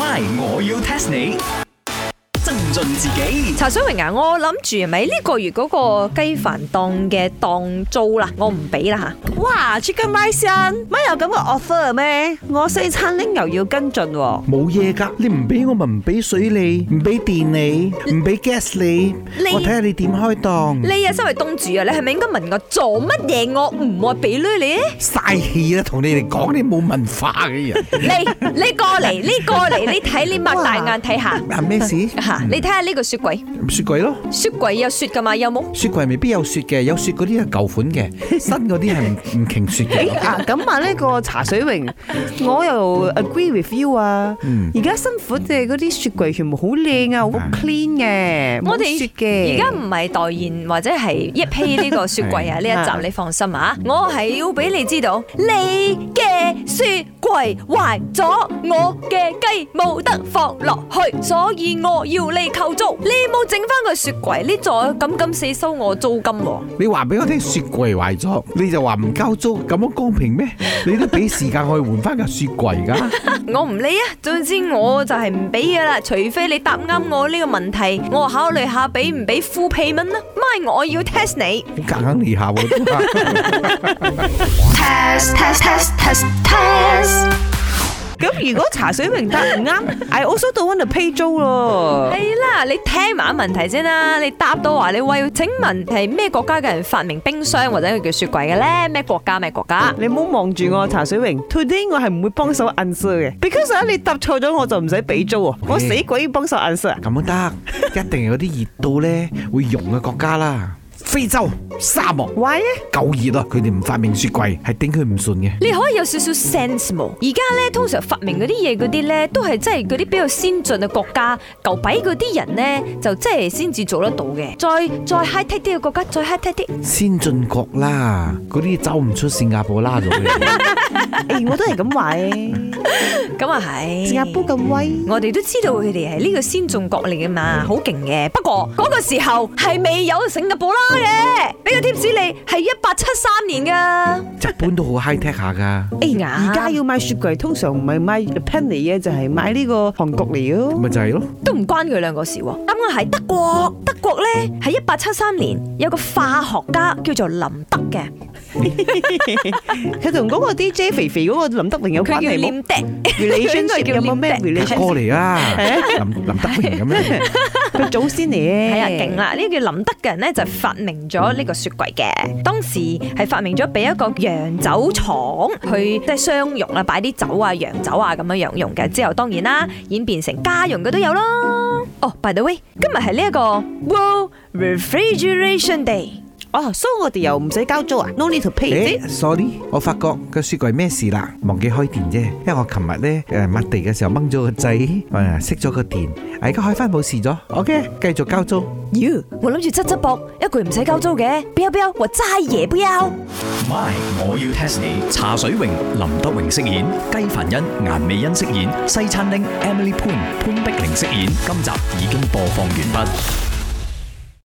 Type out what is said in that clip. My，我要 test 你。增進自己，茶水榮啊，我諗住係咪呢個月嗰個雞飯檔嘅檔租啦，我唔俾啦吓。哇，Chicken Rice 啊，乜有咁嘅 offer 咩？我西餐拎又要跟進喎。冇嘢噶，你唔俾我咪唔俾水你，唔俾電你，唔俾 gas 你你，我睇下你點開檔。你啊，身為東主啊，你係咪應該問我做乜嘢？我唔愛俾女 你呢？嘥氣啦，同你哋講啲冇文化 嘅人。你你過嚟，你過嚟，你睇你擘大眼睇下啊咩事？吓，你睇下呢個雪櫃，雪櫃咯，雪櫃有雪噶嘛？有冇？雪櫃未必有雪嘅，有雪嗰啲係舊款嘅，新嗰啲係唔唔擎雪 誒嘅。啊，咁啊呢個茶水榮，我又 agree with you 啊。嗯而家新款嘅嗰啲雪櫃全部好靚啊，好 clean 嘅，我冇哋雪嘅。而家唔係代言或者係一批呢個雪櫃啊，呢一集你放心啊，我係要俾你知道，你嘅雪櫃壞咗，我嘅雞冇得放落去，所以我要你扣租。你冇整翻個雪櫃，呢座咁咁死收我租金喎。你話俾我聽雪櫃壞咗，你就話唔交租，咁樣公平咩？你都俾時間我去換翻架雪櫃㗎。我唔 理啊，總之我就係唔俾噶啦，除非你答啱我呢個問題，我考慮下俾唔俾 full payment 啦。咪我要 test 你。好夾硬嚟下喎。 test test test test test 咁如果茶水榮答 唔啱，I also don't want to pay 租咯。係哎啦，你聽埋問題先啦，你答到話你喂，請問係咩國家嘅人發明冰箱或者佢叫雪櫃嘅咧？咩國家咩國家？啊你唔好望住我茶水榮，today 我係唔會幫手 answer 嘅，because 啊你答錯咗我就唔使 俾租喎，我死鬼要幫手 answer 啊！咁都 得，一定係有啲熱到咧會溶嘅國家啦。非洲沙漠喂， 夠熱啊！佢哋唔發明雪櫃，係頂佢唔順嘅。你可以有少少 sense 冇？而家咧通常發明嗰啲嘢嗰啲咧，都係真係嗰啲比較先進嘅國家，舊底嗰啲人咧就真係先至做得到嘅。再再 high tech 啲嘅國家，再 high tech 啲。先進國啦，嗰啲走唔出新加坡啦，仲 係誒我都係咁話誒， 咁啊係，新加坡咁威。我哋都知道佢哋係呢個先進國嚟嘅嘛，好勁嘅。不過嗰、個時候係未有新加坡啦嘅，俾個貼士你係一八七三年哎噶。日本都好 high tech 下噶，誒而家要買雪櫃，通常唔係買 Penny 嘅，就係買呢個韓國嚟咯。咪就係咯。都唔關佢兩個事喎。啱啱係德國，德國咧喺一八七三年有個化學家叫做林德嘅，佢同嗰個 DJ 肥肥嗰個林德榮有關嗯佢叫係念冇德，佢應該係？relationship 叫有冇咩念迪 relation？ 過 嚟啦，林林德榮咁 樣，佢祖先嚟嘅，係啊，勁！啦！呢個叫林德嘅人咧就發明咗呢個雪櫃嘅，當時係發明咗俾一個洋酒廠去即係商用啊，擺啲酒啊、洋酒啊咁樣樣用嘅。之後當然啦，演變成家用嘅都有啦。哦，by the way，今日係呢一個 World Refrigeration Day。哦，所以我哋又唔使交租啊，no need to pay 啫。誒，sorry，我發覺個雪櫃咩事啦，忘記開電啫，因為我琴日咧誒抹地嘅時候掹咗個掣，誒熄咗個電，而家開翻冇事咗，OK，繼續交租。妖，我諗住側側膊，一句唔使交租嘅，不要不要，我再也不要。 My，我要 test 你。茶水榮、林德榮飾演，雞凡欣、顏美欣飾演，西餐廳 Emily Poon 潘碧玲飾演。今集已經播放完畢。